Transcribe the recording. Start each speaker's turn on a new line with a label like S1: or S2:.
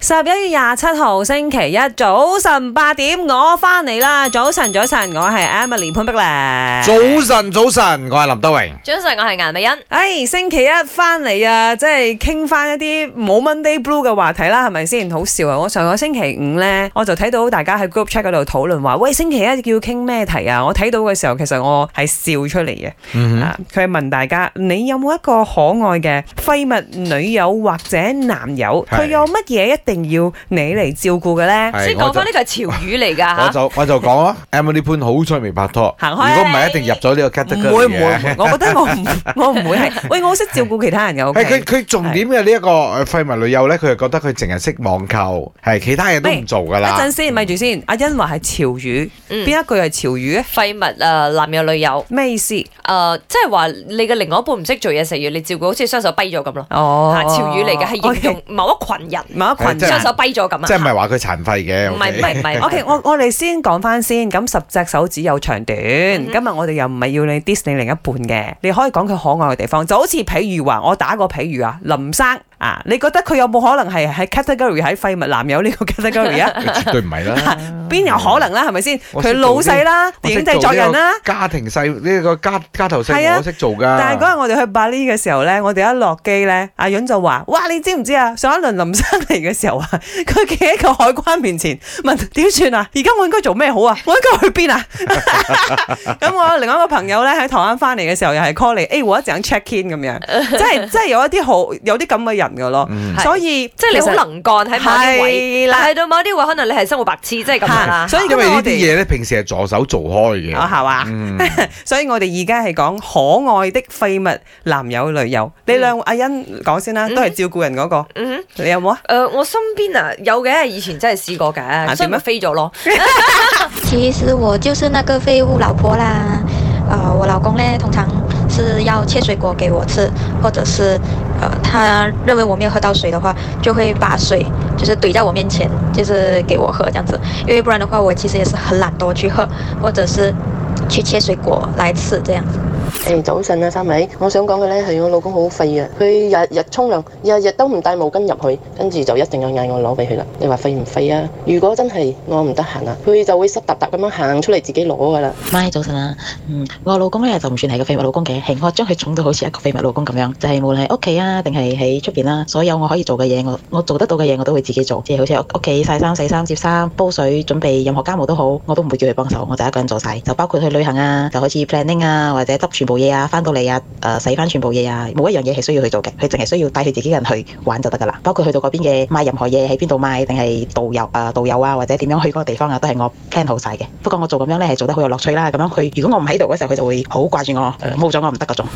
S1: 十一月廿七號星期一早晨八點，我翻嚟啦！早晨，早晨，我係 Emily 潘碧
S2: 早
S1: 玲。
S2: 晨，早晨，我係林德榮。
S3: 早晨，我係顏美欣。
S1: 哎，星期一翻嚟啊，即係傾翻一啲冇 Monday Blue 嘅話題啦，係咪先？好笑啊！我上個星期五呢，我就睇到大家喺 group chat 嗰度討論話，喂，星期一要傾咩題啊？我睇到嘅時候，其實我係笑出嚟嘅。
S2: 嗯
S1: 啊！佢係問大家：你有冇一個可愛嘅廢物女友或者男友？
S2: 係
S1: 佢有乜嘢一定要你嚟照顧嘅呢？啊
S2: 係
S3: 先
S2: 我
S3: 講
S2: 就
S3: 翻呢個係潮語嚟
S2: 我
S3: 㗎嚇，
S2: 就我就講啦，Emily 潘好彩未拍拖，
S1: 行
S2: 如
S1: 開啊
S2: 果唔係一定入咗呢個
S1: 唔
S2: category
S1: 會唔會，唔
S2: 嘅
S1: 會我覺得我唔我唔 會係。喂，我好識照顧其他人嘅。
S2: 係
S1: OK
S2: 佢佢重點嘅呢一個呃廢物女友咧，佢係覺得佢淨係識網購，係其他嘢都唔做㗎
S1: 一
S2: 啦
S1: 陣。先，咪住先。阿欣話係潮語，邊
S3: 嗯
S1: 一句係潮語啊？
S3: 廢物啊，男友女友，
S1: 咩意思？
S3: 誒，即係話你嘅另外一半唔識做嘢，成日你照顧，好似雙手跛咗咁咯。
S1: 哦
S3: 嚇，啊潮語嚟嘅，係形
S1: OK，
S3: 容某一群人
S1: 某一
S2: 係
S1: 群
S2: 哦即係
S3: 雙
S1: 人
S3: 手。跛咗咁啊。
S2: 即係唔係話佢殘廢嘅
S3: 唔係唔
S2: ？OK，
S3: 係唔 係哦
S1: OK，我我哋先講翻先，咁十隻手指有長短，
S3: 嗯哼
S1: 今日我哋又唔係要你 diss 你另一半嘅，你可以講佢可愛嘅地方，就好似譬如話，我打個譬如啊，林生啊，你覺得佢有冇可能係喺 category 喺廢物男友呢個 category 啊？
S2: 佢絕對唔係 啦。
S1: 邊有可能啦？係咪先？
S2: 我識
S1: 佢
S2: 做
S1: 老細啦，電
S2: 我識
S1: 影製作人啦。
S2: 做呢個家庭細呢個家家頭
S1: 係啊
S2: 細，我識做㗎。
S1: 但係嗰日我哋去巴黎嘅時候咧，我哋一落機咧，阿潤就話：，哇！你知唔知啊？上一輪林生嚟嘅時候啊， 佢企喺個海關面前問點算啊？而家我應該做咩好啊？我 應該去邊啊？咁我另外一個朋友咧喺台灣翻嚟嘅時候又係 call 你，誒、我一陣 check in 咁 樣，即係即係有一啲好有啲咁嘅人噶咯，
S2: 嗯
S3: 係
S1: 所以
S3: 即係你好能幹喺某啲位，
S1: 係啦
S3: 但係到某啲位可能你係生活白痴，即係咁樣啦
S1: 係。所以
S2: 因為呢
S1: 我
S2: 啲
S1: 哋
S2: 嘢咧，平時係助手做開嘅。
S1: 啊係嘛
S2: 嗯
S1: 所以我哋而家係講可愛的廢物男友女友，你兩阿欣講先啦，都係照顧人嗰、個，
S3: 嗯哼
S1: 你有冇啊？
S3: 誒，我身邊啊有嘅，以前真係試過嘅，所
S1: 點啊
S3: 以咪飛咗咯。
S4: 其实我就是那个废物老婆啦。呃，我老公呢，通常是要切水果给我吃，或者是呃，他认为我没有喝到水的话，就会把水就是怼在我面前，就是给我喝这样子。因为不然的话，我其实也是很懒惰去喝，或者是去切水果来吃这样子。
S5: 誒早晨啊，三米，我想講嘅呢係我老公好廢啊，佢日日沖涼，日日都唔帶毛巾入去，跟住就一定要嗌我攞俾佢啦。你話廢唔廢啊？如果真係我唔得閒啊，佢就會濕嗒嗒咁樣行出嚟自己攞噶啦。
S6: 咪早晨啊，嗯，我老公咧就唔算係個廢物老公嘅，係我將佢寵到好似一個廢物老公咁樣，就係、無論喺屋企啊，定係喺出邊啦，所有我可以做嘅嘢，我我做得到嘅嘢我都會自己做，即係好似屋屋企曬衫、洗衫、摺衫、煲水、準備任何家務都好，我都唔會叫佢幫手，我就一個人做晒，就包括去旅行啊，就好似 planning 啊，或者執全部嘢啊，翻到嚟啊，誒、洗翻全部嘢啊，冇一樣嘢係需要佢做嘅，佢淨係需要帶佢自己一個人去玩就得㗎啦，包括去到嗰邊嘅買任何嘢喺邊度買，定係導遊啊、導遊啊，或者點樣去嗰個地方啊，都係我 plan 好晒嘅。不過我做咁樣咧係做得好有樂趣啦，咁樣佢如果我唔喺度嗰時候，佢就會好掛住我，冇咗我唔得嗰種。